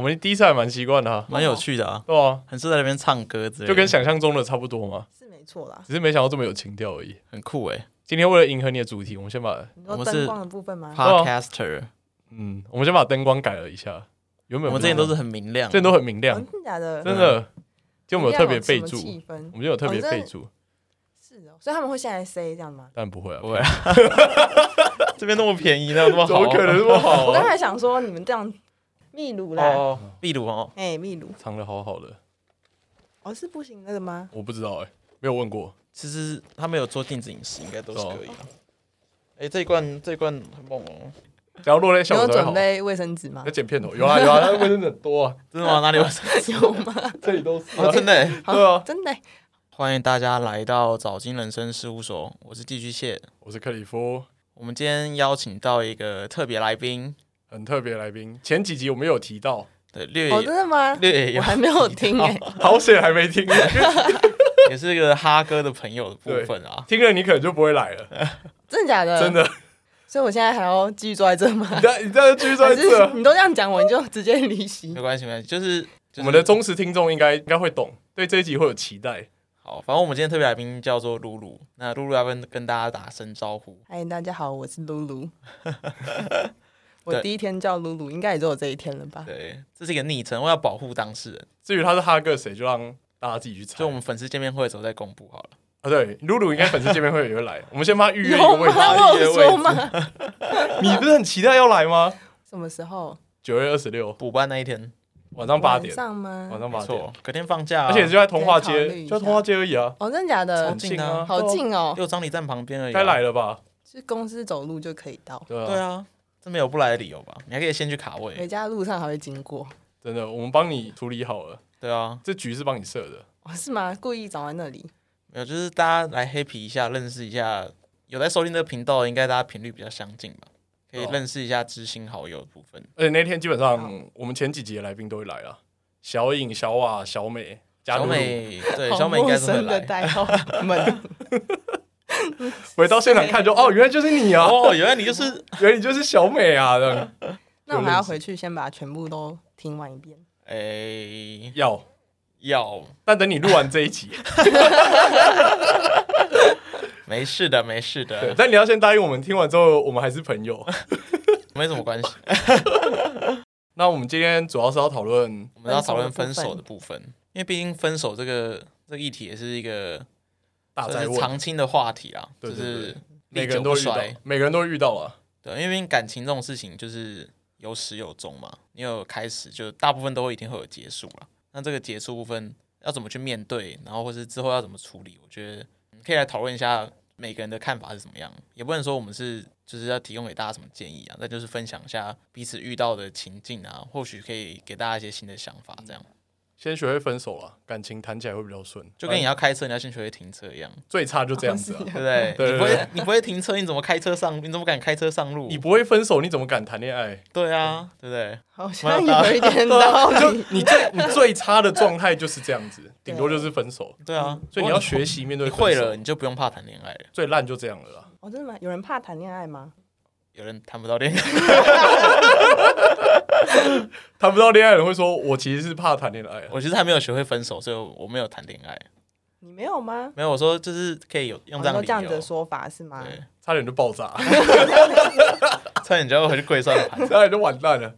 们第一次还蛮习惯的、啊，蛮有趣的啊，对啊，很适合在那边唱歌之类的，就跟想象中的差不多嘛，是没错啦。只是没想到这么有情调而已。很酷哎今天为了迎合你的主题，我们先把你我说们是灯光的部分吗？啊，Podcaster，嗯，我们先把灯光改了一下，原本我们不之前这都样是很嗯明亮之，前都很明亮嗯，真的假的？真的，就我们有特别一定备要有什注么，气氛我们就有特别哦真的备注，是哦，所以他们会下来 say 这样吗？但不会啊，不会啊，这边那么便宜，哪有那 么怎好？么可能这么好我刚啊？才想说你们这样秘鲁啦，哦，秘鲁哦，哎，秘鲁 藏的好好的，哦是不行那个吗？我不知道哎，没有问过，其实他们有做禁止饮食，应该都是可以的。哎，哦这一罐这一罐很猛哦，然后落在你效有果才准好。备卫生纸吗要？剪片头，有啊 有啊，它卫生纸很多啊，真的吗？ 哪里有？有吗？这里都是啊、哦，真的欸。对啊，真的欸，欢迎大家来到早金人生事务所，我是寄居蟹。我是克里夫，我们今天邀请到一个特别来宾，很特别来宾。前几集我们有提到，对，略哦真也的吗？略我也还 没有听哎，好险还没听，也是一个哈哥的朋友的部分啊。听了你可能就不会来呃了，真的假的？ 真。的。所以我现在还要继续坐在这吗？ 你这你这样继续在还是这，你都这样讲，我你就直接离席没。关系，没关系，就是、就是我们的忠实听众应该应该会懂，对这一集会有期待。好，反正我们今天特别来宾叫做露露，那露露要跟跟大家打声招呼。嗨，哎大家好，我是 露露。对我第一天叫露露，应该也只有这一天了吧？对，这是一个昵称，我要保护当事人，至于他是哈哥谁，就让大家自己去猜所以我。们粉丝见面会的时候再公布好了。啊，对，露露应该粉丝见面会也会 来，我们先帮他预约一个有吗？位置。我有说吗？ 你不是很期待要来吗？什么时候？九月二十六补办那 一天，晚上八点晚，上晚吗？上八没点错，，隔天放假啊、而且就在童话再考虑街，一就下在童话街而已啊，哦，真的假的超？近的啊好，近哦，六张里站旁边而已、啊该来。了吧？是公司走路就可以到，对对啊，啊，这没有不来的理由吧？你还可以先去卡回位。家路上还会经过。真的，我们帮你处理好了，对啊，这局是帮你设的。哦，是吗？故意找在那里？没有，就是大家来黑皮一下，认识一下。有在收听这个频道，应该大家频率比较相近吧？可以对啊认识一下知心好友的部分。而且那天基本好上我们前几集的来宾都会来啊，小颖、小瓦、小美、加露小露，美，对，好小美应该是陌会生的来。代 号们，回到现场看就 哦，原来就是你啊，哦，原来你 就是，原来你就是小美啊，这 样那我还要回去先把全部都听完一遍。哎、要。要但等你录完这一集，没事的，没事对的，呃但你要先答应我们，听完之后我们还是朋 友。没什么关系。那我们今天主要是要讨论我们要讨论分手的部分，因为毕竟分手这个这个议题也是一个大算灾是问，常青的话题啦，对对就是每个历久人都不会遇到衰。，每个人都会遇到啊。对，因为感情这种事情就是有始有终嘛，你有开始，就大部分都会一定会有结束啦。那这个结束部分要怎么去面对，然后或是之后要怎么处理，我觉得嗯可以来讨论一下每个人的看法是怎么样。也不能说我们是就是要提供给大家什么建议啊，那就是分享一下彼此遇到的情境啊，或许可以给大家一些新的想法。这样先学会分手啊，感情谈起来会比较顺。就跟你反要开车，你要先学会停车一样，正最差就这样子啊哦对是。不对？ 对对你不对会你不会停车，你怎么开车上？你怎么敢开车上路你？不会分手，你怎么敢谈恋 爱？对啊，对不对？好像有一点道就啊理。你最你最差的状态就是这样子，顶多就是分手。对啊，所以你要学习面对你分手会了，你就不用怕谈恋爱了。最烂就这样了啦。哦，真的吗？有人怕谈恋爱吗？有人谈不到恋爱， 谈不到恋爱的人会说，我其实是怕谈恋 爱啊。我其实还没有学会分手，所以我没有谈恋爱。你没有吗？没有，我说就是可以有用哦这样你都的理这样子由的，说啊法是吗？对，差点就爆炸，差点就要回去跪算盘。差点就完蛋了。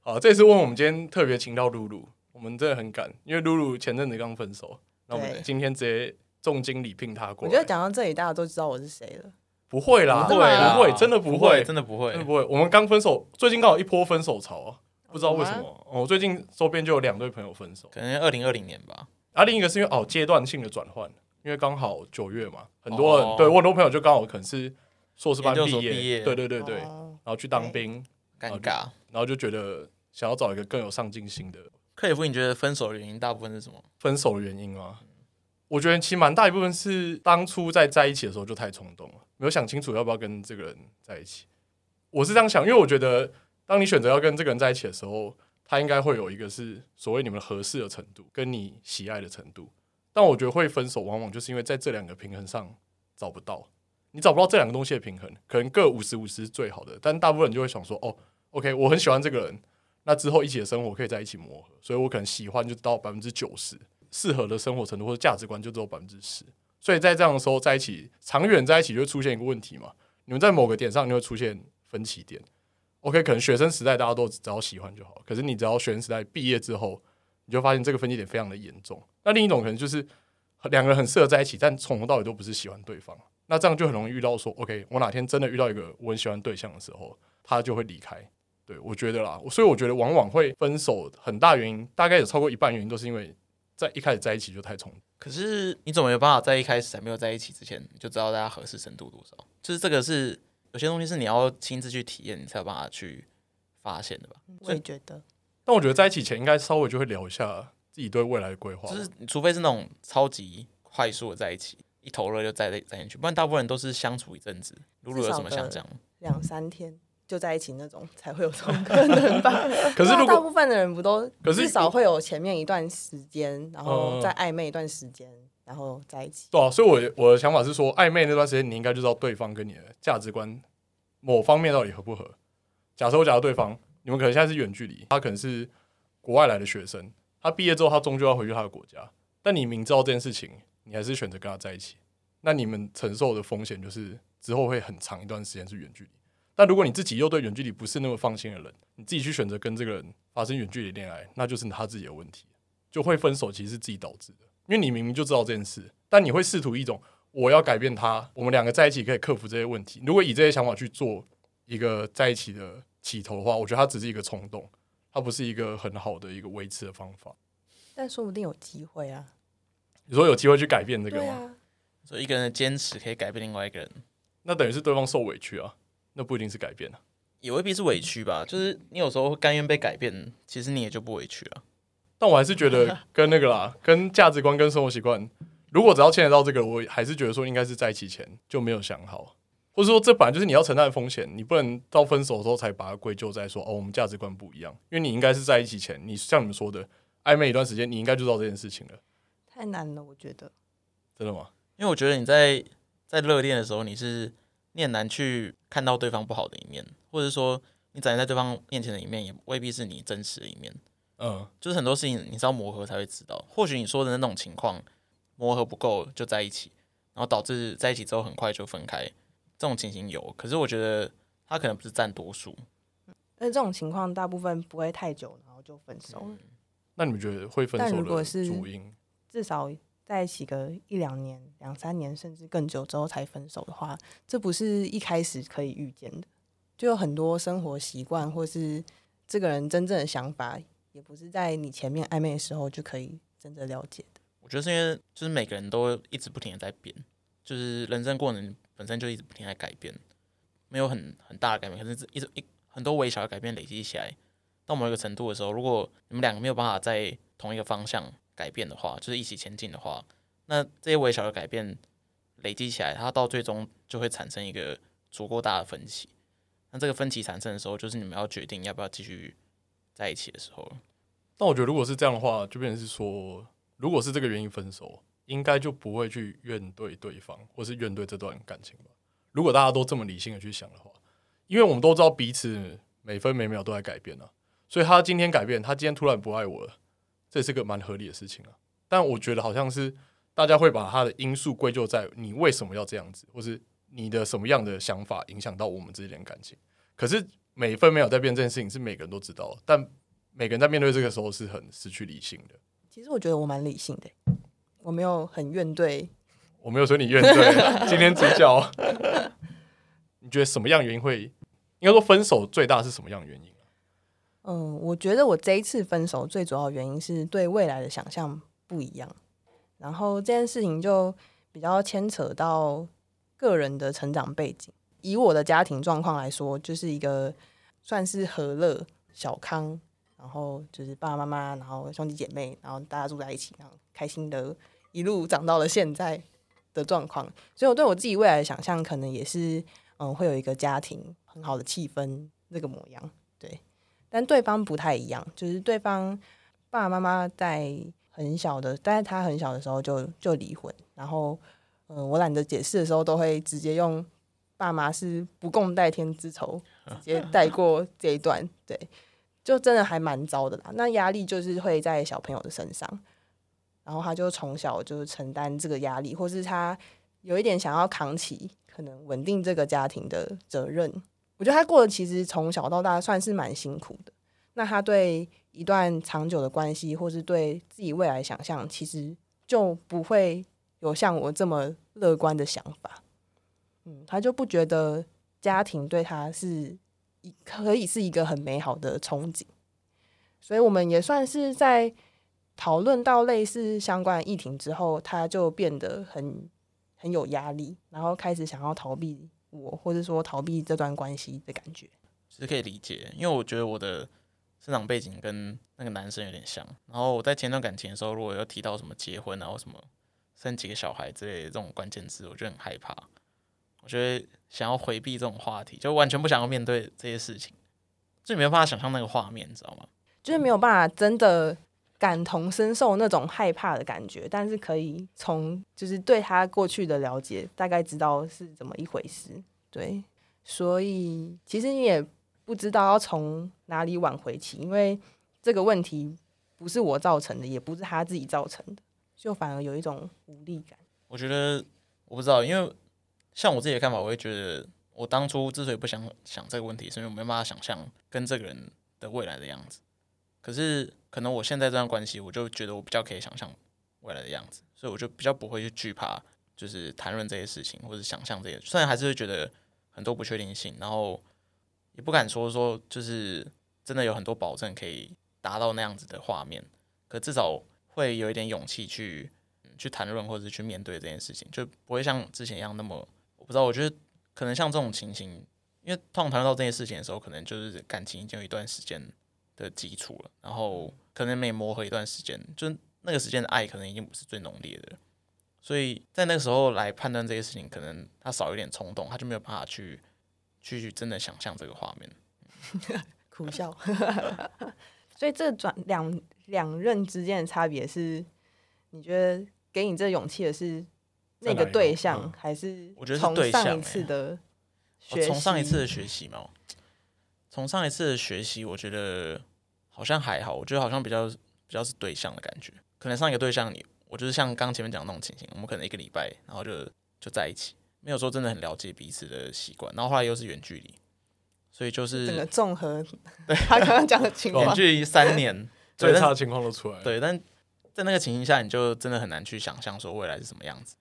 好，这次问我们今天特别请到露露，我们真的很赶，因为露露前阵子刚分手，那我们对今天直接重金礼聘她过来。我觉得讲到这里，大家都知道我是谁了。不会啦，不会啦不会，真的不会，真的不会真的。不会。我们刚分手，最近刚好一波分手潮啊，不知道为什有么。哦我最近周边就有两对朋友分手，可能二零二零年吧，啊，另一个是因为哦阶段性的转换，因为刚好九月嘛，很多人、哦对我很多朋友就刚好可能是硕士班研究所业，毕业对对对对，然哦后去当兵，尴尬。然后就觉得想要找一个更有上进心的克里夫，你觉得分手的原因大部分是什么？分手的原因吗？我觉得其实蛮大一部分是当初在在一起的时候就太冲动了，没有想清楚要不要跟这个人在一起。我是这样想，因为我觉得当你选择要跟这个人在一起的时候，他应该会有一个是所谓你们合适的程度，跟你喜爱的程度。但我觉得会分手，往往就是因为在这两个平衡上找不到，你找不到这两个东西的平衡，可能各五十五十是最好的，但大部分人就会想说，哦，OK，我很喜欢这个人，那之后一起的生活可以在一起磨合，所以我可能喜欢就到百分之九十，适合的生活程度或者价值观就只有百分之十。所以在这样的时候在一起，长远在一起就会出现一个问题嘛，你们在某个点上你会出现分歧点。OK，可能学生时代大家都只要喜欢就好，可是你只要学生时代毕业之后，你就发现这个分歧点非常的严重。那另一种可能就是两个人很适合在一起，但从头到尾都不是喜欢对方，那这样就很容易遇到说，OK，我哪天真的遇到一个我很喜欢对象的时候，他就会离开。对我觉得啦，所以我觉得往往会分手，很大原因大概有超过一半原因都是因为在一开始在一起就太冲动。可是你怎么有办法在一开始还没有在一起之前你就知道大家合适程度多少？就是这个是有些东西是你要亲自去体验，你才有办法去发现的吧？我也觉得，但我觉得在一起前应该稍微就会聊一下自己对未来的规划吧，就是除非是那种超级快速的在一起，一头热就栽在栽进去，不然大部分人都是相处一阵子。露露有什么想讲？两三天就在一起那种才会有这种可能吧。 可是对啊如大果部分的人不都可是至少会有前面一段时间，然后嗯再暧昧一段时间，然后在一起。对啊，所以我的我的想法是说，暧昧那段时间你应该就知道对方跟你的价值观某方面到底合不合。假设我假设对方，你们可能现在是远距离，他可能是国外来的学生，他毕业之后他终究要回去他的国家，但你明知道这件事情，你还是选择跟他在一起，那你们承受的风险就是之后会很长一段时间是远距离。但如果你自己又对远距离不是那么放心的人，你自己去选择跟这个人发生远距离恋爱，那就是他自己的问题，就会分手，其实是自己导致的。因为你明明就知道这件事，但你会试图一种我要改变他，我们两个在一起可以克服这些问题。如果以这些想法去做一个在一起的起头的话，我觉得它只是一个冲动，它不是一个很好的一个维持的方法。但说不定有机会啊，你说有机会去改变这个对吗？啊，所以一个人的坚持可以改变另外一个人，那等于是对方受委屈啊，那不一定是改变啊。也未必是委屈吧？就是你有时候会甘愿被改变，其实你也就不委屈啊了。但我还是觉 得跟那个啦，跟价值观跟生活习惯，如果只要牵扯到这个，我还是觉得说应该是在一起前就没有想好，或者说这本来就是你要承担的风险，你不能到分手的时候才把它归咎在说哦我们价值观不一样，因为你应该是在一起前，你像你们说的暧昧一段时间，你应该就知道这件事情了，太难了，我觉得。真的吗？因为我觉得你在在热恋的时候，你是你很难去看到对方不好的一面，或者说你展现在对方面前的一面，也未必是你真实的一面。嗯，就是很多事情你是要磨合才会知道。或许你说的那种情况，磨合不够就在一起，然后导致在一起之后很快就分开，这种情形有。可是我觉得他可能不是占多数。而且这种情况大部分不会太久，然后就分手了，那你们觉得会分但手如果的是主因？至少在一起个一两年、两三年，甚至更久之后才分手的话，这不是一开始可以预见的，就有很多生活习惯或是这个人真正的想法，也不是在你前面暧昧的时候就可以真正了解的。我觉得是因为就是每个人都一直不停的在变，就是人生过程本身就一直不停地在改变，没有很很大的改变，可是一直一很多微小的改变累积起来，到某一个程度的时候，如果你们两个没有办法在同一个方向改变的话，就是一起前进的话，那这些微小的改变累积起来，它到最终就会产生一个足够大的分歧。那这个分歧产生的时候，就是你们要决定要不要继续在一起的时候了。但我觉得如果是这样的话，就变成是说，如果是这个原因分手，应该就不会去怨对对方，或是怨对这段感情吧。如果大家都这么理性的去想的话，因为我们都知道彼此每分每秒都在改变啊，所以他今天改变，他今天突然不爱我了，这是个蛮合理的事情啊。但我觉得好像是大家会把他的因素归咎在你为什么要这样子，或是你的什么样的想法影响到我们之间的感情。可是每分每秒在变这件事情是每个人都知道的，但每个人在面对这个时候是很失去理性的。其实我觉得我蛮理性的、我没有很怨对，我没有说你怨对，今天主角， 你觉得什么样原因会？应该说分手最大是什么样的原因？啊嗯，我觉得我这一次分手最主要的原因是对未来的想象不一样，然后这件事情就比较牵扯到个人的成长背景。以我的家庭状况来说，就是一个算是和乐小康，然后就是爸爸妈妈，然后兄弟姐妹，然后大家住在一起，然后开心的一路长到了现在的状况。所以我对我自己未来的想象，可能也是嗯，会有一个家庭很好的气氛那个模样。但对方不太一样，就是对方爸爸妈妈在很小的，但是他很小的时候就就离婚，然后嗯、呃我懒得解释的时候，都会直接用爸妈是不共戴天之仇，直接带过这一段，对，就真的还蛮糟的啦。那压力就是会在小朋友的身上，然后他就从小就是承担这个压力，或是他有一点想要扛起可能稳定这个家庭的责任。我觉得他过得其实从小到大算是蛮辛苦的。那他对一段长久的关系，或是对自己未来想象，其实就不会有像我这么乐观的想法。嗯，他就不觉得家庭对他是一可以是一个很美好的憧憬。所以我们也算是在讨论到类似相关的议题之后，他就变得很很有压力，然后开始想要逃避我，或者说逃避这段关系的感觉。其实可以理解，因为我觉得我的生长背景跟那个男生有点像。然后我在前段感情的时候，如果有提到什么结婚啊，或什么生几个小孩之类的这种关键字，我就很害怕。我觉得想要回避这种话题，就完全不想要面对这些事情，就没有办法想象那个画面，你知道吗？就是没有办法真的感同身受那种害怕的感觉，但是可以从就是对他过去的了解，大概知道是怎么一回事。对，所以其实你也不知道要从哪里挽回起，因为这个问题不是我造成的，也不是他自己造成的，就反而有一种无力感。我觉得我不知道，因为像我自己的看法，我会觉得我当初之所以不想想这个问题，是因为我没办法想象跟这个人的未来的样子。可是可能我现在这段关系，我就觉得我比较可以想象未来的样子，所以我就比较不会去惧怕，就是谈论这些事情或者想象这些。虽然还是会觉得很多不确定性，然后也不敢说说就是真的有很多保证可以达到那样子的画面，可至少会有一点勇气去去谈论或者是去面对这件事情，就不会像之前一样那么，我不知道，我觉得可能像这种情形，因为通常谈论到这件事情的时候，可能就是感情已经有一段时间的基础了，然后可能没磨合一段时间，就是那个时间的爱可能已经不是最浓烈的了，所以在那个时候来判断这些事情，可能他少一点冲动，他就没有办法去去真的想象这个画面。苦笑。 所以这转两两任之间的差别是，你觉得给你这勇气的是那个对象，在哪里还是嗯我觉得是从对象欸上一次的哦学习？从、上一次的学习嘛，从上一次的学习，我觉得好像还好，我觉得好像比较比较是对象的感觉。可能上一个对象你，我就是像刚前面讲的那种情形，我们可能一个礼拜，然后就就在一起，没有说真的很了解彼此的习惯。然后后来又是远距离，所以就整个是综合 他刚刚讲的情远况，距离三年，对 最但差的情况都出来了。对，但在那个情形下，你就真的很难去想象说未来是什么样子。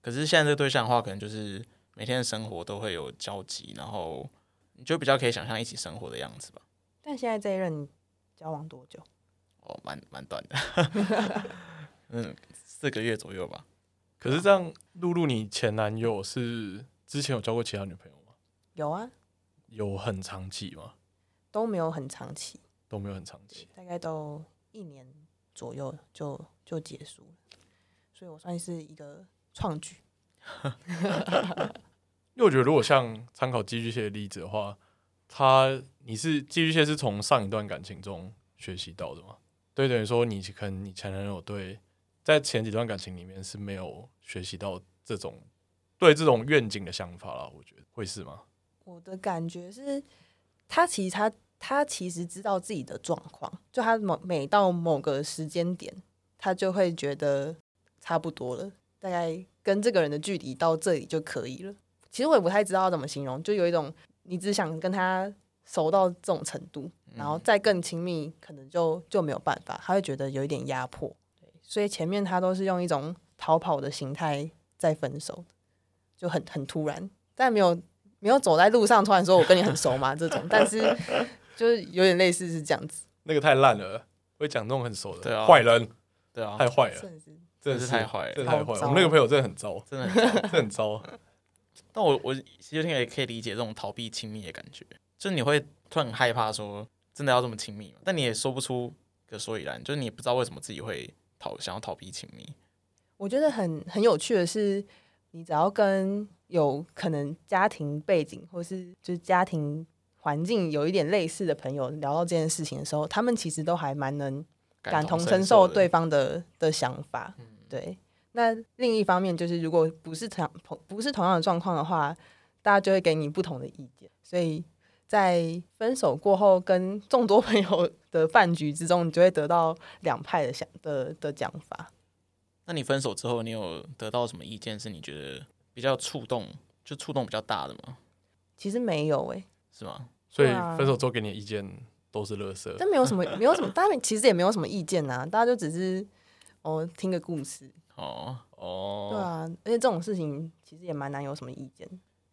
可是现在这个对象的话，可能就是每天的生活都会有交集，然后你就比较可以想象一起生活的样子吧。但现在这一任你交往多久？哦，蛮蛮短的， 嗯，四个月左右吧。可是这样，露露，你前男友是之前有交过其他女朋友吗？有啊，有很长期吗？都没有很长期，都没有很长期。大概都一年左右就就结束了，所以我算是一个创举。因为我觉得，如果像参考寄居蟹的例子的话，他你是寄居蟹是从上一段感情中学习到的嘛？对，等于说你可能你前男友对在前几段感情里面是没有学习到这种对这种愿景的想法啦。我觉得会是吗？我的感觉是，他其实他他其实知道自己的状况，就他某每到某个时间点，他就会觉得差不多了，大概跟这个人的距离到这里就可以了。其实我也不太知道怎么形容，就有一种你只想跟他熟到这种程度，然后再更亲密，可能就就没有办法，他会觉得有一点压迫。对所以前面他都是用一种逃跑的形态在分手的，就很很突然，但没有没有走在路上突然说我跟你很 熟嘛这种，但是就是有点类似是这样子，那个太烂了，会讲那种很熟对的啊坏、人，对啊，太坏了，甚至真的真是太坏了真的太坏好了。糟我们那个朋友真的很糟，真的很糟。真的很糟。 但我我其实有点也可以理解这种逃避亲密的感觉，就是你会突然很害怕说真的要这么亲密吗？但你也说不出个所以然，就是你也不知道为什么自己会逃想要逃避亲密。我觉得很很有趣的是，你只要跟有可能家庭背景或是就是家庭环境有一点类似的朋友聊到这件事情的时候，他们其实都还蛮能感同身受的对方的嗯的想法。对，那另一方面就是，如果不是同不是同样的状况的话，大家就会给你不同的意见，所以在分手过后跟众多朋友的饭局之中，你就会得到两派的想的的讲法。那你分手之后，你有得到什么意见是你觉得比较触动，就触动比较大的吗？其实没有欸诶、是吗？所以对啊分手之后给你的意见都是垃圾。但没有什么，没有什么，大家其实也没有什么意见呐、大家就只是哦听个故事，哦，哦，对啊，而且这种事情其实也蛮难有什么意见。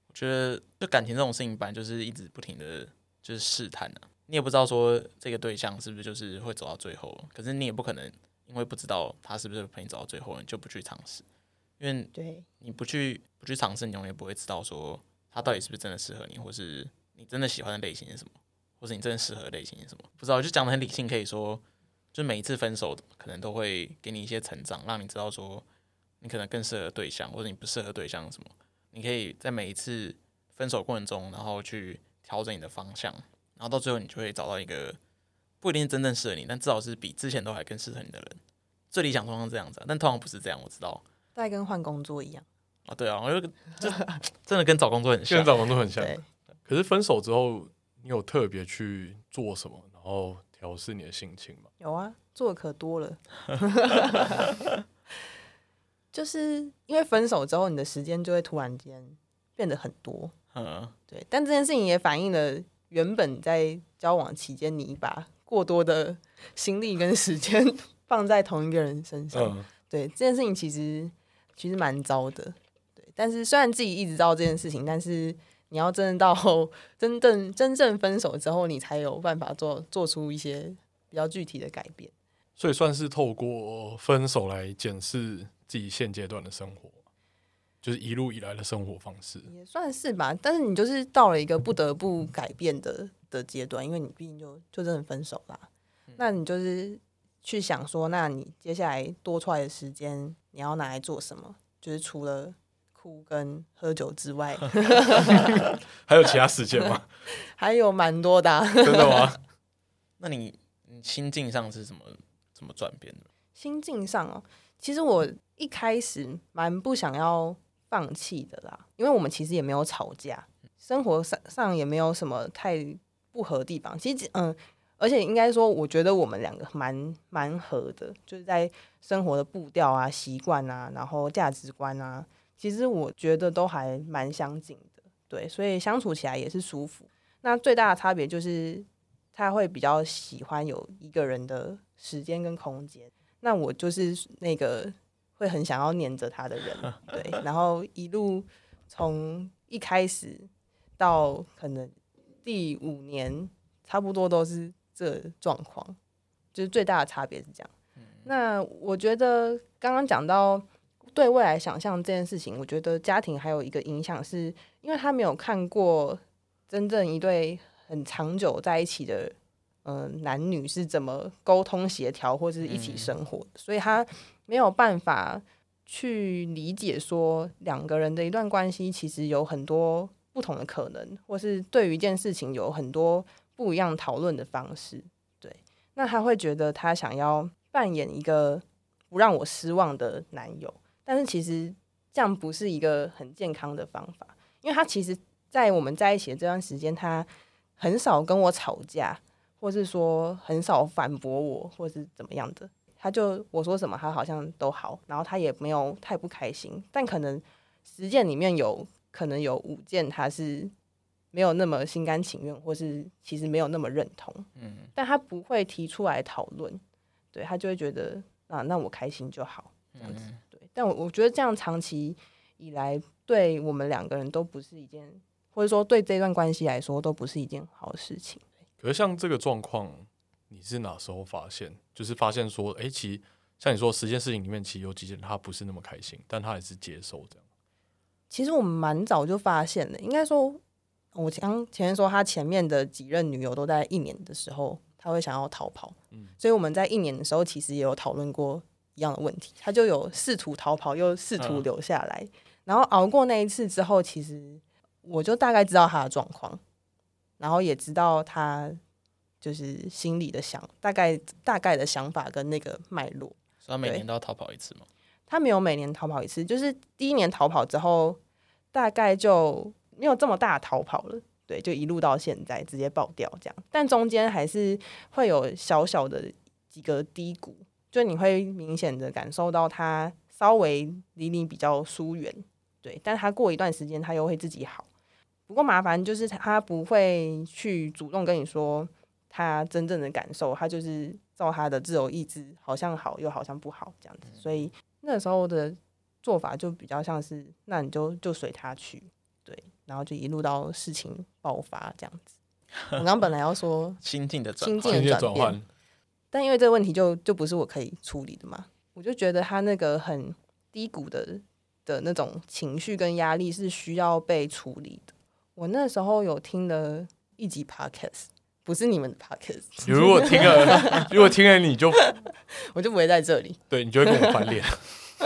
我觉得就感情这种事情，本来就是一直不停的就是试探啊，你也不知道说这个对象是不是就是会走到最后，可是你也不可能因为不知道他是不是陪你走到最后，你就不去尝试，因为对，你不去不去尝试，你永远不会知道说他到底是不是真的适合你，或是你真的喜欢的类型是什么，或是你真的适合的类型是什么。不知道，就讲的很理性，可以说，就每一次分手可能都会给你一些成长，让你知道说你可能更适合对象，或者你不适合对象是什么。你可以在每一次分手过程中，然后去调整你的方向，然后到最后你就会找到一个不一定是真正适合你，但至少是比之前都还更适合你的人。最理想状况是这样子啊、但通常不是这样，我知道。大概跟换工作一样。啊，对啊，我就这真的跟找工作很跟像。找工作很像。对，可是分手之后，你有特别去做什么，然后调试你的心情吗？有啊，做的可多了。就是因为分手之后，你的时间就会突然间变得很多。嗯，对，但这件事情也反映了原本在交往期间，你把过多的心力跟时间放在同一个人身上。嗯，对这件事情其实其实蛮糟的，对。但是虽然自己一直知道这件事情，但是你要真的到真正真正分手之后，你才有办法做做出一些比较具体的改变。所以算是透过分手来检视自己现阶段的生活，就是一路以来的生活方式。也算是吧，但是你就是到了一个不得不改变的的阶段，因为你毕竟就就真的分手啦。那你就是去想说，那你接下来多出来的时间，你要拿来做什么？就是除了哭跟喝酒之外， 还有其他时间吗？ 还有蛮多的啊、嗯真的吗？ 那你你心境上是怎么怎么转变的？心境上哦，其实我一开始蛮不想要放弃的啦，因为我们其实也没有吵架，生活上上也没有什么太不合的地方。其实，嗯，而且应该说，我觉得我们两个蛮蛮合的，就是在生活的步调啊、习惯啊，然后价值观啊，其实我觉得都还蛮相近的。对，所以相处起来也是舒服。那最大的差别就是，他会比较喜欢有一个人的时间跟空间。那我就是那个会很想要黏着他的人，对，然后一路从一开始到可能第五年，差不多都是这状况，就是最大的差别是这样。那我觉得刚刚讲到对未来想象这件事情，我觉得家庭还有一个影响是，因为他没有看过真正一对很长久在一起的，嗯、男女是怎么沟通协调或是一起生活的，所以他没有办法去理解说两个人的一段关系其实有很多不同的可能，或是对于一件事情有很多不一样讨论的方式。对，那他会觉得他想要扮演一个不让我失望的男友，但是其实这样不是一个很健康的方法。因为他其实，在我们在一起的这段时间，他很少跟我吵架，或是说很少反驳我，或是怎么样的。他就我说什么，他好像都好，然后他也没有太不开心。但可能十件里面有可能有五件他是没有那么心甘情愿，或是其实没有那么认同。嗯，但他不会提出来讨论，对他就会觉得啊，那我开心就好，这样子。对，但我我觉得这样长期以来，对我们两个人都不是一件，或者说对这段关系来说，都不是一件好事情。可是像这个状况，你是哪时候发现？就是发现说，哎、其实像你说十件事情里面，其实有几件他不是那么开心，但他还是接受这样。其实我们蛮早就发现了，应该说，我刚前面说他前面的几任女友都在一年的时候，他会想要逃跑，嗯所以我们在一年的时候其实也有讨论过一样的问题，他就有试图逃跑，又试图嗯留下来，然后熬过那一次之后，其实我就大概知道他的状况，然后也知道他就是心里的想大概大概的想法跟那个脉络，所以他每对年都要逃跑一次嘛。他没有每年逃跑一次，就是第一年逃跑之后，大概就没有这么大的逃跑了。对，就一路到现在直接爆掉这样。但中间还是会有小小的几个低谷，就你会明显的感受到他稍微离你比较疏远，对。但他过一段时间他又会自己好。不过麻烦就是他不会去主动跟你说他真正的感受，他就是照他的自由意志，好像好又好像不好这样子。所以那时候的做法就比较像是，那你就就随他去，对，然后就一路到事情爆发这样子。 我刚本来要说心境的转心境换，的渐渐转转变换，但因为这个问题就就不是我可以处理的嘛，我就觉得他那个很低谷的的那种情绪跟压力是需要被处理的。我那时候有听了一集 podcast，不是你们的 podcast，如果听了， 如果听了你就我就不会在这里。对你就会跟我翻脸，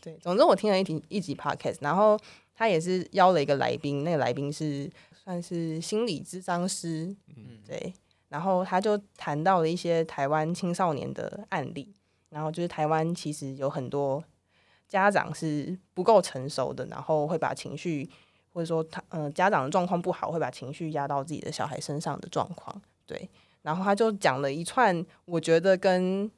对，总之我听了一集一集 podcast，然后他也是邀了一个来宾，那个来宾是算是心理咨商师，嗯，对，然后他就谈到了一些台湾青少年的案例，然后就是台湾其实有很多家长是不够成熟的，然后会把情绪或者说他嗯、呃、家长的状况不好，会把情绪压到自己的小孩身上的状况，对。然后他就讲了一串，我觉得跟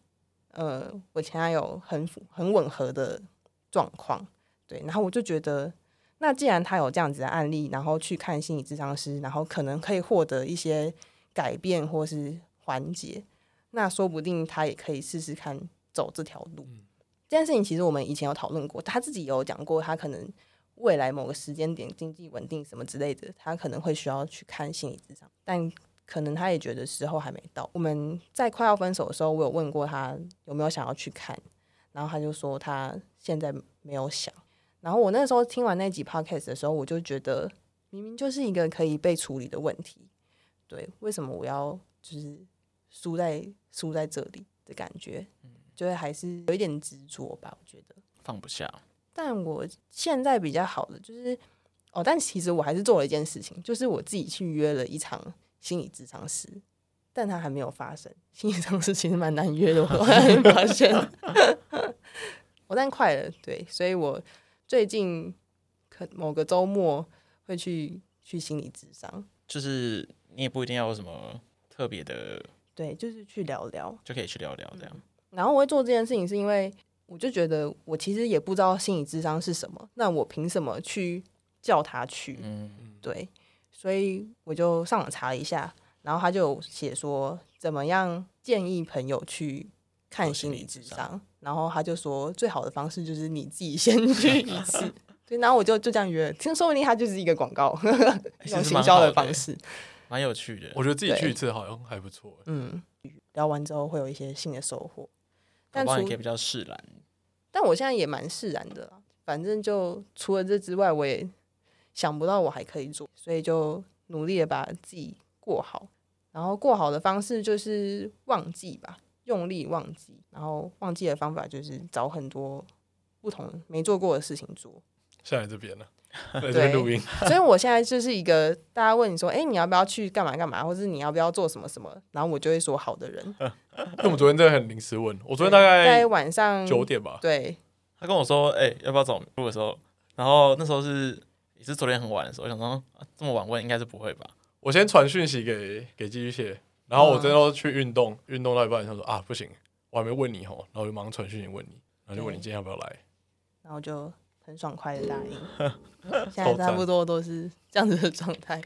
呃我前男友很符很吻合的状况，对。然后我就觉得那既然他有这样子的案例，然后去看心理咨商师，然后可能可以获得一些改变或是缓解，那说不定他也可以试试看走这条路。嗯这件事情其实我们以前有讨论过，他自己有讲过，他可能未来某个时间点经济稳定什么之类的，他可能会需要去看心理咨商，但可能他也觉得时候还没到。我们在快要分手的时候，我有问过他有没有想要去看，然后他就说他现在没有想。然后我那时候听完那集 podcast 的时候，我就觉得明明就是一个可以被处理的问题，对，为什么我要就是输在输在这里的感觉，就是还是有一点执着吧，我觉得。放不下，但我现在比较好的就是，哦，但其实我还是做了一件事情，就是我自己去约了一场心理咨商师，但他还没有发生。心理咨商师其实蛮难约的，我后来发现， 我但快了，对，所以我最近可某个周末会去去心理咨商，就是你也不一定要有什么特别的，对，就是去聊聊。就可以去聊聊这样。然后我会做这件事情，是因为我就觉得我其实也不知道心理智商是什么，那我凭什么去叫他去？嗯，对，所以我就上网查了一下，然后他就有写说怎么样建议朋友去看做心心理理智咨商，然后他就说最好的方式就是你自己先去一 次。对，然后我就就这样约了，听说不定他就是一个广告，一其种实行蛮销好的的方欸式。蛮有趣的。我觉得自己去对一次好像还不错。嗯，聊完之后会有一些新的收获。搞但不好除你可以比较释然，但我现在也蛮释然的啦。反正就除了这之外，我也想不到我还可以做，所以就努力的把自己过好。然后过好的方式就是忘记吧，用力忘记。然后忘记的方法就是找很多不同没做过的事情做。现在这边 呢，在这边录音，所以我现在就是一个大家问你说，哎、你要不要去干嘛干嘛，或是你要不要做什么什么，然后我就会说好的人。因为我们昨天真的很临时问，我昨呃天大在概晚上九，点吧，对，他跟我说：“哎、要不要走路的时候？”然后那时候是也是昨天很晚的时候，我想说、啊这么晚问应该是不会吧？我先传讯息给给寄居蟹，然嗯后我真的去运动，运动到一半，他说啊不行，我还没问你吼，然后我就马上传讯息问你，然后就问你对今天要不要来，然后就很爽快的答应。现在超差赞不多都是这样子的状态，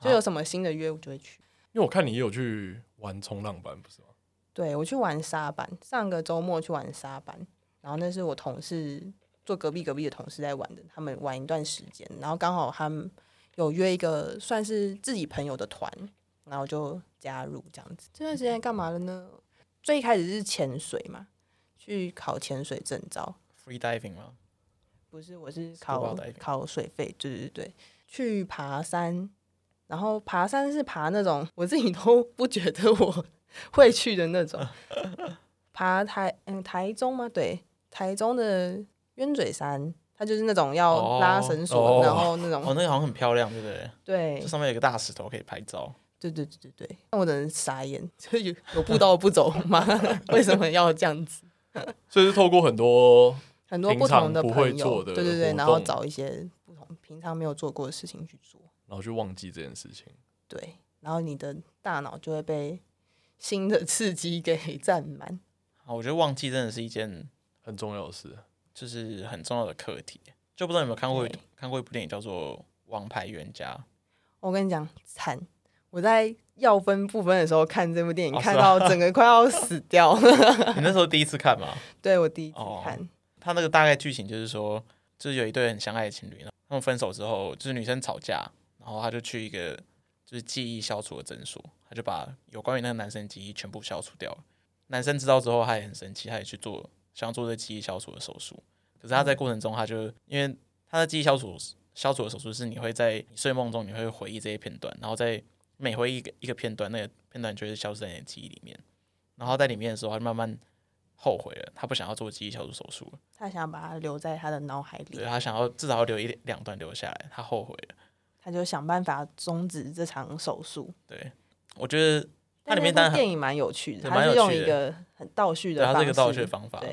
就有什么新的约我就会去。因为我看你也有去玩冲浪板，不是吗？对我去玩沙板，上个周末去玩沙板，然后那是我同事坐隔壁隔壁的同事在玩的，他们玩一段时间，然后刚好他们有约一个算是自己朋友的团，然后就加入这样子。这段时间干嘛了呢？最一开始是潜水嘛，去考潜水证照， free diving 吗？不是，我是 Scuba 考 diving 考水费，对对对，去爬山，然后爬山是爬那种我自己都不觉得我会去的那种， 爬台嗯台中吗？对，台中的鸢嘴山，它就是那种要拉哦绳索，哦然后那种、哦，那个好像很漂亮，对不对？对这上面有个大石头可以拍照，对对对对对，那我只能傻眼，就有有步道不走吗？ 为什么要这样子？所以是透过很多很多平不同常的不朋会友，做的对对对，活然后动找一些不同平常没有做过的事情去做。然然后去忘记这件事情。对，然后你的大脑就会被新的刺激给 占满。啊好，我觉得忘记真的是一件很重要的事，就是很重要的课题。就不知道你有没有看过对看过一部电影叫做《王牌冤家我跟你讲，惨！我在要分不分的时候看这部电影，哦是啊看到整个快要死掉了。》， 你那时候第一次看吗？对我第一次哦看，他那个大概剧情就是说，就是有一对很相爱的情侣，然后他们分手之后，就是女生吵架，然后他就去一个就是记忆消除的诊所，他就把有关于那个男生的记忆全部消除掉了。男生知道之后，他也很生气，他也去做想要做这记忆消除的手术。可是他在过程中，他就因为他的记忆消除消除的手术是你会在你睡梦中你会回忆这些片段，然后在每回忆一个一个片段，那个片段就会消失在你的记忆里面。然后在里面的时候，他就慢慢后悔了，他不想要做记忆消除手术了。他想要把它留在他的脑海里对，啊他想要至少要留一两段留下来，他后悔了。他就想办法终止这场手术。对，我觉得它但里面那部当然很电影蛮有趣的，对它蛮有是用趣一的个很倒叙对的他方这式，个倒叙的方法，对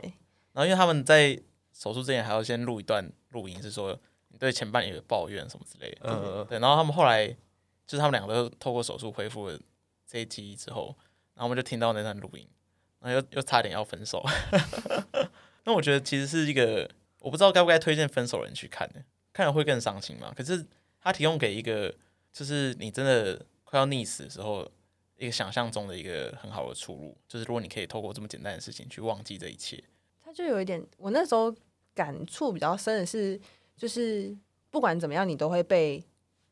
然后因为他们在手术之前还要先录一段录音，是说你对前半年的抱怨什么之类的。嗯，对，然后他们后来就是他们两个都透过手术恢复了这一记忆之后，然后我们就听到那段录音，然后又又差点要分手。 那我觉得其实是一个我不知道该不该推荐分手的人去看呢，看了会更伤心嘛。可是它提供给一个就是你真的快要溺死的时候，一个想象中的一个很好的出路，就是如果你可以透过这么简单的事情去忘记这一切，他就有一点，我那时候感触比较深的是，就是不管怎么样，你都会被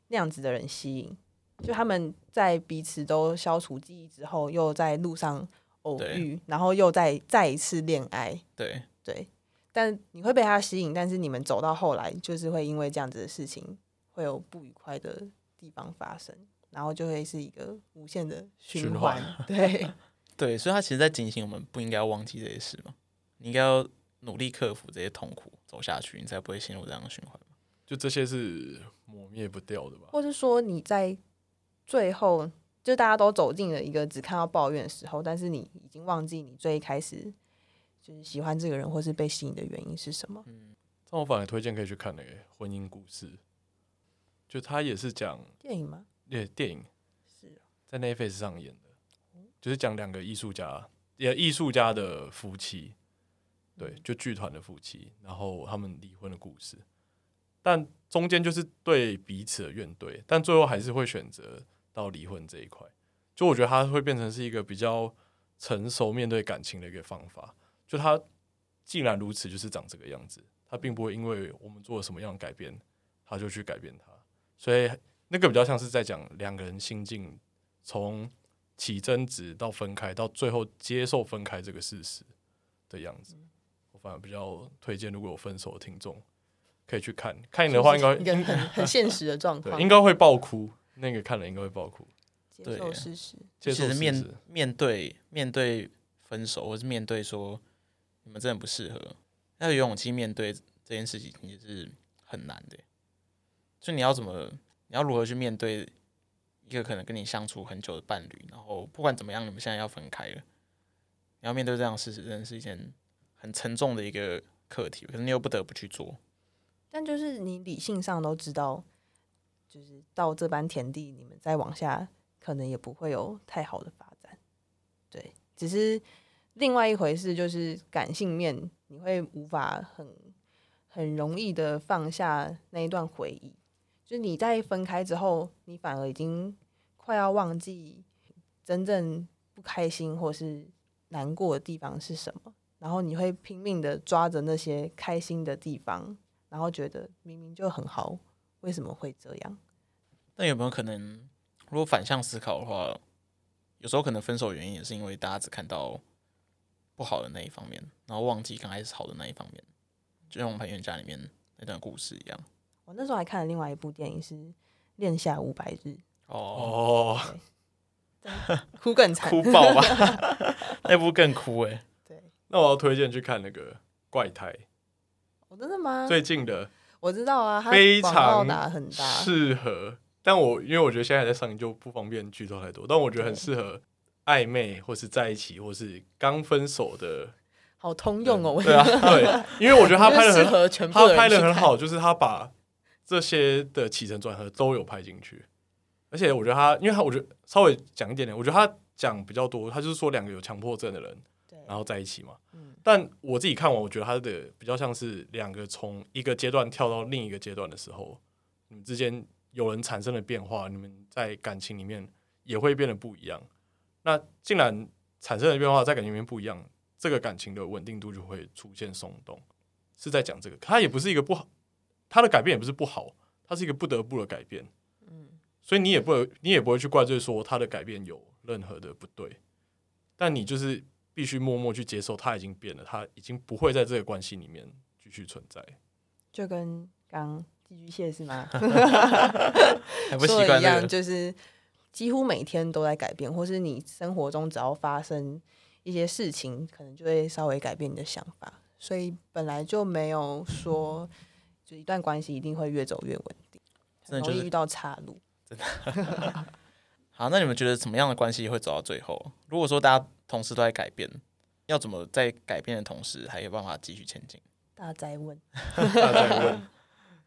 那样子的人吸引。就他们在彼此都消除记忆之后，又在路上偶遇，然后又再再一次恋爱，对。对。但你会被他吸引，但是你们走到后来，就是会因为这样子的事情，会有不愉快的地方发生，然后就会是一个无限的循循环环。对，对，所以他其实在警醒我们不应该要忘记这些事嘛，你应该要努力克服这些痛苦，走下去，你才不会陷入这样的循环嘛。就这些是抹灭不掉的吧？或是说你在最后就大家都走进了一个只看到抱怨的时候，但是你已经忘记你最一开始就是喜欢这个人或是被吸引的原因是什么。但我反而推荐可以去看那个《婚姻故事》，就他也是讲电影吗？也电影是哦在 Netflix 上演的，就是讲两个艺术家，也艺术家的夫妻，对，嗯就剧团的夫妻，然后他们离婚的故事，但中间就是对彼此的怨怼，但最后还是会选择到离婚这一块。就我觉得他会变成是一个比较成熟面对感情的一个方法。就他既然如此，就是长这个样子，他并不会因为我们做了什么样的改变，他就去改变他。所以那个比较像是在讲两个人心境从起争执到分开，到最后接受分开这个事实的样子。嗯我反而比较推荐，如果有分手的听众可以去看，看你的话应该就是一个很很现实的状对况，应该会爆哭，那个看了应该会爆哭。接受对事实。接受其实事面实面对面对分手，或是面对说你们真的不适合，要有勇气面对这件事情也是很难的。就你要怎么，你要如何去面对一个可能跟你相处很久的伴侣，然后不管怎么样，你们现在要分开了，你要面对这样的事实，真的是一件很沉重的一个课题。可是你又不得不去做，但就是你理性上都知道，就是到这般田地，你们再往下可能也不会有太好的发展。对，只是另外一回事，就是感性面，你会无法很很容易的放下那一段回忆。就是你在分开之后，你反而已经快要忘记真正不开心或是难过的地方是什么，然后你会拼命的抓着那些开心的地方，然后觉得明明就很好，为什么会这样？但有没有可能，如果反向思考的话，有时候可能分手原因也是因为大家只看到不好的那一方面，然后忘记刚开始好的那一方面，就像我们《朋友家》里面那段故事一样。我那时候还看了另外一部电影是《恋下五百 日哦，哦，》，哭更惨。哭爆啊吧，那部更哭哎、 对，那我要推荐去看那个怪胎，我真的吗？最近的我知道啊啊，它非广告常打很大，适合，但我因为我觉得现在还在上映，就不方便剧透太多，但我觉得很适合暧昧或是在一起或是刚分手的，好通用哦。我对啊，嗯 对，因为我觉得他拍的适很，合全部的他拍人的去很看，好，就是他把这些的起承转合都有拍进去。而且我觉得他，因为他我觉得稍微讲一点点，我觉得他讲比较多，他就是说两个有强迫症的人对，然后在一起嘛。嗯但我自己看完，我觉得他的比较像是两个从一个阶段跳到另一个阶段的时候，你们之间有人产生了变化，你们在感情里面也会变得不一样。那既然产生了变化，在感情里面不一样，这个感情的稳定度就会出现松动。是在讲这个，他也不是一个不好，他的改变也不是不好，他是一个不得不的改变。嗯，所以你也不会，你也不会去怪罪说他的改变有任何的不对，但你就是必须默默去接受他已经变了，他已经不会在这个关系里面继续存在。就跟刚寄居蟹是吗？还不习说的惯一这样，个。就是几乎每天都在改变，或是你生活中只要发生一些事情，可能就会稍微改变你的想法。所以本来就没有说，就一段关系一定会越走越稳定，真的很就容是易遇到岔路。好，那你们觉得怎么样的关系会走到最后？如果说大家同时都在改变，要怎么在改变的同时还有办法继续前进？大灾问，大家在问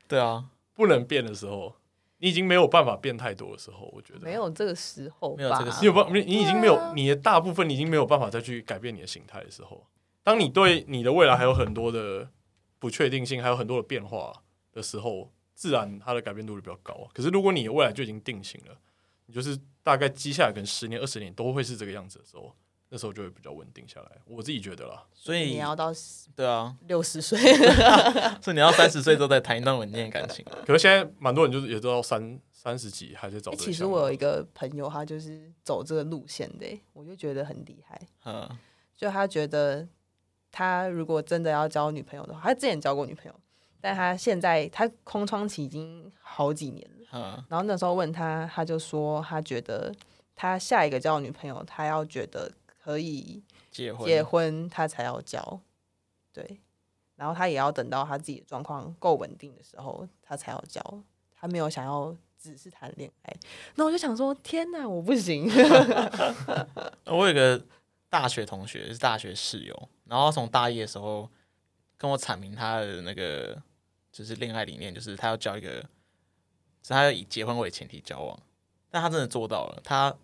对啊，不能变的时候，你已经没有办法变太多的时候，我觉得没，有啊这个时候啊没有这吧个？时你有办，你你已经没有、你的大部分，你已经没有办法再去改变你的形态的时候，当你对你的未来还有很多的不确定性，还有很多的变化的时候，自然它的改变度就比较高啊。可是如果你未来就已经定型了，你就是大概接下来可能十年、二十年都会是这个样子的时候，那时候就会比较稳定下来。我自己觉得啦，所你以要到对啊，六十岁，所以你要三十岁都在谈一段稳定的感情， 可是现在蛮多人就是也都到三三十几还在找对象啊、 其实我有一个朋友，他就是走这个路线的欸，我就觉得很厉害。嗯，就他觉得他如果真的要交女朋友的话，他之前交过女朋友，但他现在他空窗期已经好几年了。嗯，然后那时候问他，他就说他觉得他下一个交的女朋友，他要觉得可以结婚，结婚，他才要交，对。然后他也要等到他自己的状况够稳定的时候，他才要交。他没有想要只是谈恋爱。那我就想说，天哪，我不行。呃我有个大学同学是大学室友，然后他从大一的时候跟我阐明他的那个就是恋爱理念，就是他要交一个，是他要以结婚为前提交往，但他真的做到了。他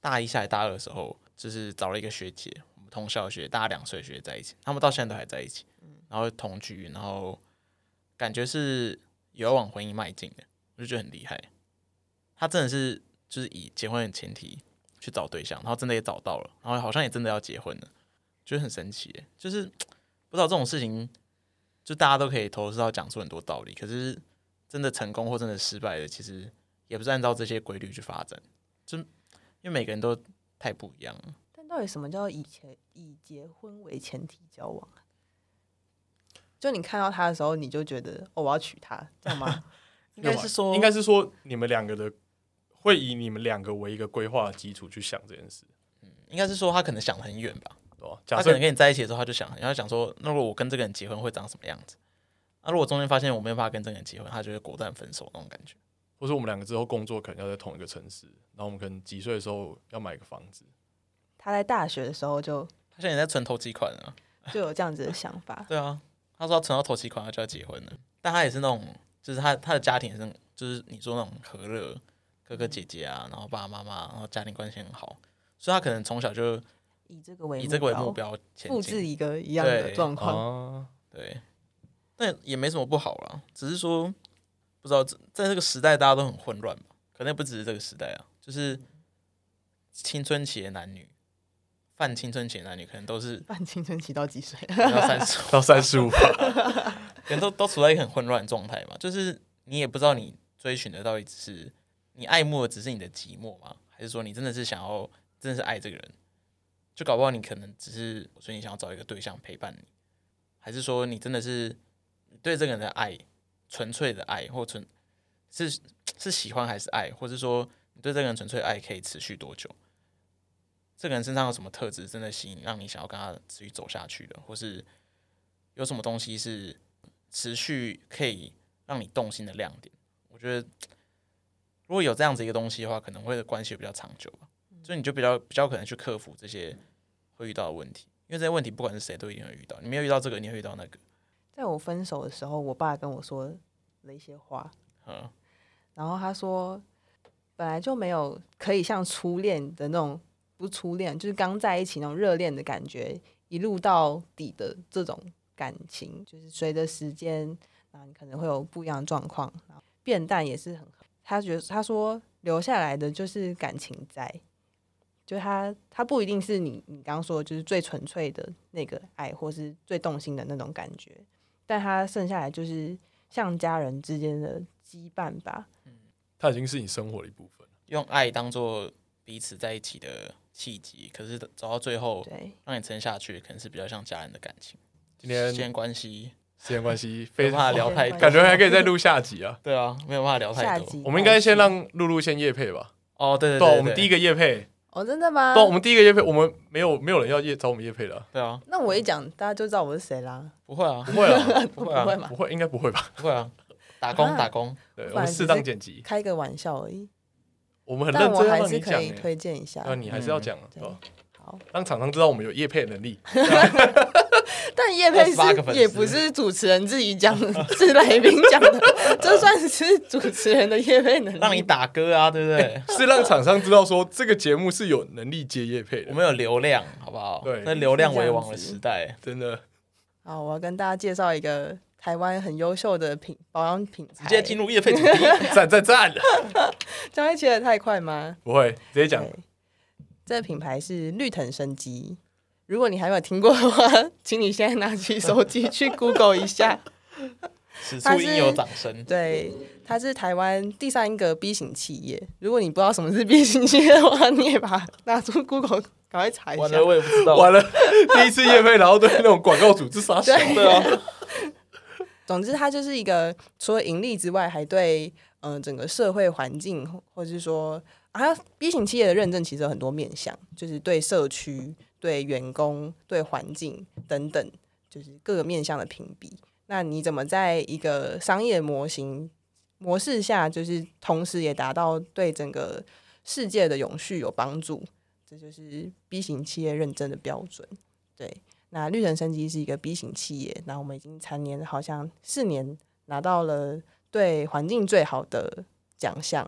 大一下来大二的时候，就是找了一个学姐，我们同校的学姐，大他两岁的学姐在一起，他们到现在都还在一起，然后同居，然后感觉是有要往婚姻迈进的，我就觉得很厉害。他真的是就是以结婚为前提去找对象，然后真的也找到了，然后好像也真的要结婚了，觉得很神奇耶。就是不知道这种事情，就大家都可以投射到讲出很多道理，可是真的成功或真的失败的，其实也不是按照这些规律去发展，就因为每个人都太不一样了。但到底什么叫以前以结婚为前提交往啊？就你看到他的时候，你就觉得哦，我要娶她，这样吗？ 啊应该是说，应该是说你们两个的会以你们两个为一个规划的基础去想这件事，应该是说他可能想得很远吧。对吧？假他可设能跟你在一起的时候，他就想，然后想说，那如果我跟这个人结婚会长什么样子？那、如果中间发现我没有办法跟这个人结婚，他就会果断分手那种感觉。或者我们两个之后工作可能要在同一个城市，然后我们可能几岁的时候要买个房子，他在大学的时候就他现在也在存投机款啊，就有这样子的想法，对啊，他说他存到头期款，他就要结婚了。但他也是那种，就是他他的家庭也是那种，就是你说那种和乐哥哥姐姐啊，然后爸爸妈妈，然后家庭关系很好，所以他可能从小就以这个为以这个为目，标前复制进。一个一样的对哦状 况。啊，对，但也没什么不好啦，只是说不知道在在这个时代大家都很混乱吧，可能也不只是这个时代啊，就是青春期的男女，犯青春期的男女可能都是办青春期到几岁？ 要三十到三十五， 可能都都处在一个很混乱的状态嘛，就是你也不知道你追寻的到底只是你爱慕的只是你的寂寞吗？还是说你真的是想要真的是爱这个人？就搞不好你可能只是所以你想要找一个对象陪伴你，还是说你真的是对这个人的爱，纯粹的爱，或纯是是喜欢还是爱，或是说你对这个人纯粹的爱可以持续多久？这个人身上有什么特质真的吸引，让你想要跟他持续走下去的，或是有什么东西是持续可以让你动心的亮点。我觉得如果有这样子一个东西的话，可能会关系比较长久吧。嗯所以你就比较比较可能去克服这些会遇到的问题，因为这些问题不管是谁都一定会遇到。你没有遇到这个，你会遇到那个。在我分手的时候，我爸跟我说了一些话，嗯，然后他说，本来就没有可以像初恋的那种，不是初恋，就是刚在一起那种热恋的感觉，一路到底的这种感情，就是随着时间，啊，你可能会有不一样的状况，然后变淡也是很。他觉得他说留下来的就是感情在，就他他不一定是你你刚刚说的就是最纯粹的那个爱，或是最动心的那种感觉，但他剩下来就是像家人之间的羁绊吧。它已经是你生活的一部分了。用爱当做彼此在一起的契机，可是走到最后对，让你撑下去，可能是比较像家人的感情。今天时间关系，时间关系，非没有办法聊太多，感觉还可以再录下集啊。对啊，没有办法聊下太多。集我们应该先开始让露露先夜配吧。哦，对对对啊，我们第一一个夜配，哦，真的吗对啊，？我们第一个夜配，我们没有没有人要夜找我们夜配的啊，对啊，那我一讲，大家就知道我是谁啦。不会啊不，会 啊，不会啊不，会嘛不？会，应该不会吧？ 不会 啊，打工啊打工，对，不我然们只是适当剪辑，开个玩笑而已，我们很但认我真还让是你可讲以欸，推荐一下。那你还是要讲啊，嗯对吧好，让厂商知道我们有夜配能力。但叶佩28个粉是丝也不是主持人自己讲，是来宾讲的， 这算是主持人的叶佩能力。让你打歌啊，对 不对？是让厂商知道说这个节目是有能力接业配我的，们有流量，好不好？对在流量为王的时代，真的好，我要跟大家介绍一个台湾很优秀的品保养品直牌。接进入夜配主 题。赞赞赞！这样会切的太快吗？不会直接 讲对，这个品牌是绿藤生机。如果你还没有听过的话， 请你现在拿起手机去 Google 一下。此处应有掌声。对，它是台湾第三个 B 型企业。如果你不知道什么是 B 型企业的话，你也把它拿出 Google 赶快查一完下了，。我也不知 道。完了，第一次夜配，然后对那种广告主这傻笑。对对啊，总之，它就是一个除了盈利之外，还对嗯、呃整个社会环境，或或是说啊 B 型企业的认证其实有很多面向，就是对社区、对员工、对环境等等，就是各个面向的评比。那你怎么在一个商业模型模式下，就是同时也达到对整个世界的永续有帮助？这就是 B 型企业认证的标准。对，那绿人生机是一个 B 型企业，那我们已经蝉联好像四年拿到了对环境最好的奖项。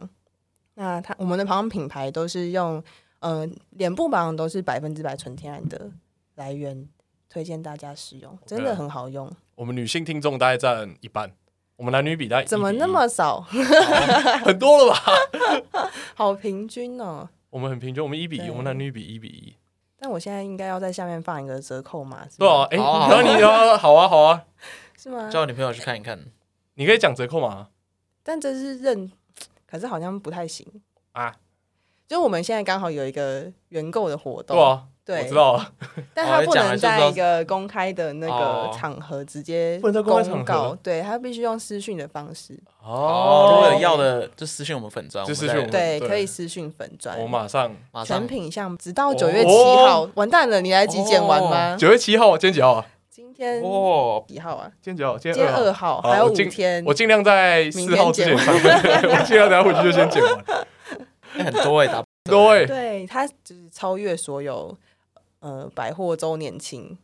那它我们的保养品牌都是用，呃，脸部保养都是百分之百纯天然的来源，推荐大家使用，真的很好用。我们女性听众大概占一半，我们男女比大概怎么1比1那么少？ 很多了吧？好平均哦！我们很平均，我们一比一，对我们男女比一比一。但我现在应该要在下面放一个折扣码，是对吗啊，哎，好啊好啊然后你要好啊好啊，是吗？叫我女朋友去看一看。你可以讲折扣嘛？但这是认，可是好像不太行啊。就我们现在刚好有一个原购的活动，对啊，对我知道啊，但哦他你不讲能了就在知道一个公开的那哦个场合直接不能在公开场合嗯告，对他必须用私讯的方式，哦，如果有哦，要的就私信我们粉砖，就私我信我们们再对，对可以私讯粉砖我。马上马上全品项直到九哦月七号，完蛋了，你来及剪完吗？九月七号，今天几号啊？今天哦，几号啊？今天几号？今今天二二号。号，好还有我五尽天我。尽量在四号之前明上，我尽量等下回去就先剪完。哎很多哎， 打对，对，它就是超越所有呃百货周年庆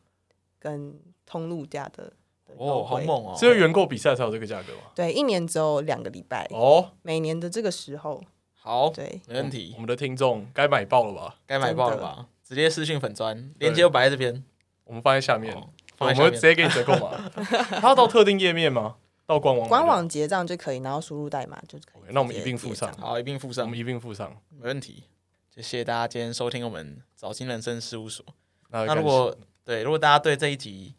跟通路价的的哦，优好惠。猛哦，只有原购比赛才有这个价格嘛？对，一年只有两个礼拜，哦，每年的这个时候，好，对，没问我题，们的听众该买爆了吧？该买爆了吧？直接私信粉砖，链接就摆在这边，我们放在下面，哦我放在们下会直接面。给你折扣码。它要到特定页面吗？到官网？官网结账就可以，然后输入代码就可哦以 OK，直接结账。那我们一并附上好，一并附我上，们没一并附上。问题。就谢谢大家今天收听我们早金人生事务所。那那感如谢果对，如果大家对这一集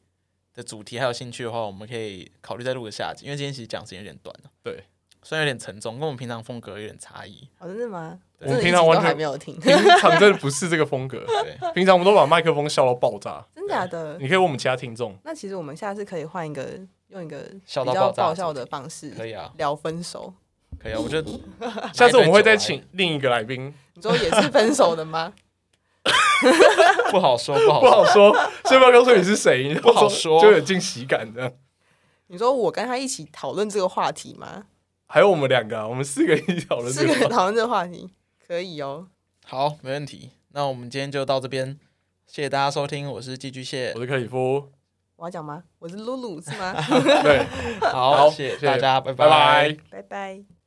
的主题还有兴趣的话，我们可以考虑再录个下集，因为今天其实讲时间有点短了，对，虽然有点沉重，跟我们平常风格有点差异。哦，真的吗？我这们一平集常都完还全没 有听，平常真的不是这个风格， 对，平常我们都把麦克风笑到爆炸。真假的？你可以问我们其他听众，那其实我们下次可以换一个，用一个笑比到较爆炸爆笑的方式可以啊，聊分手。可以啊，我觉得 下次我们会再买一请另一个来宾，你说也是分手的吗？ 堆酒 来，不好说，不好不说。好 说，所以不要告诉你是谁，不好说就有惊喜感这样。你说我跟他一起讨论这个话题吗？还有我们两个啊，我们四个一起讨论四这个个人话。讨论这个话题可以哦。好，没问题。那我们今天就到这边，谢谢大家收听，我是寄居蟹 我，是克里夫，我要 讲吗？我是露露是吗？对，好，好谢谢谢大家，拜拜拜。拜拜。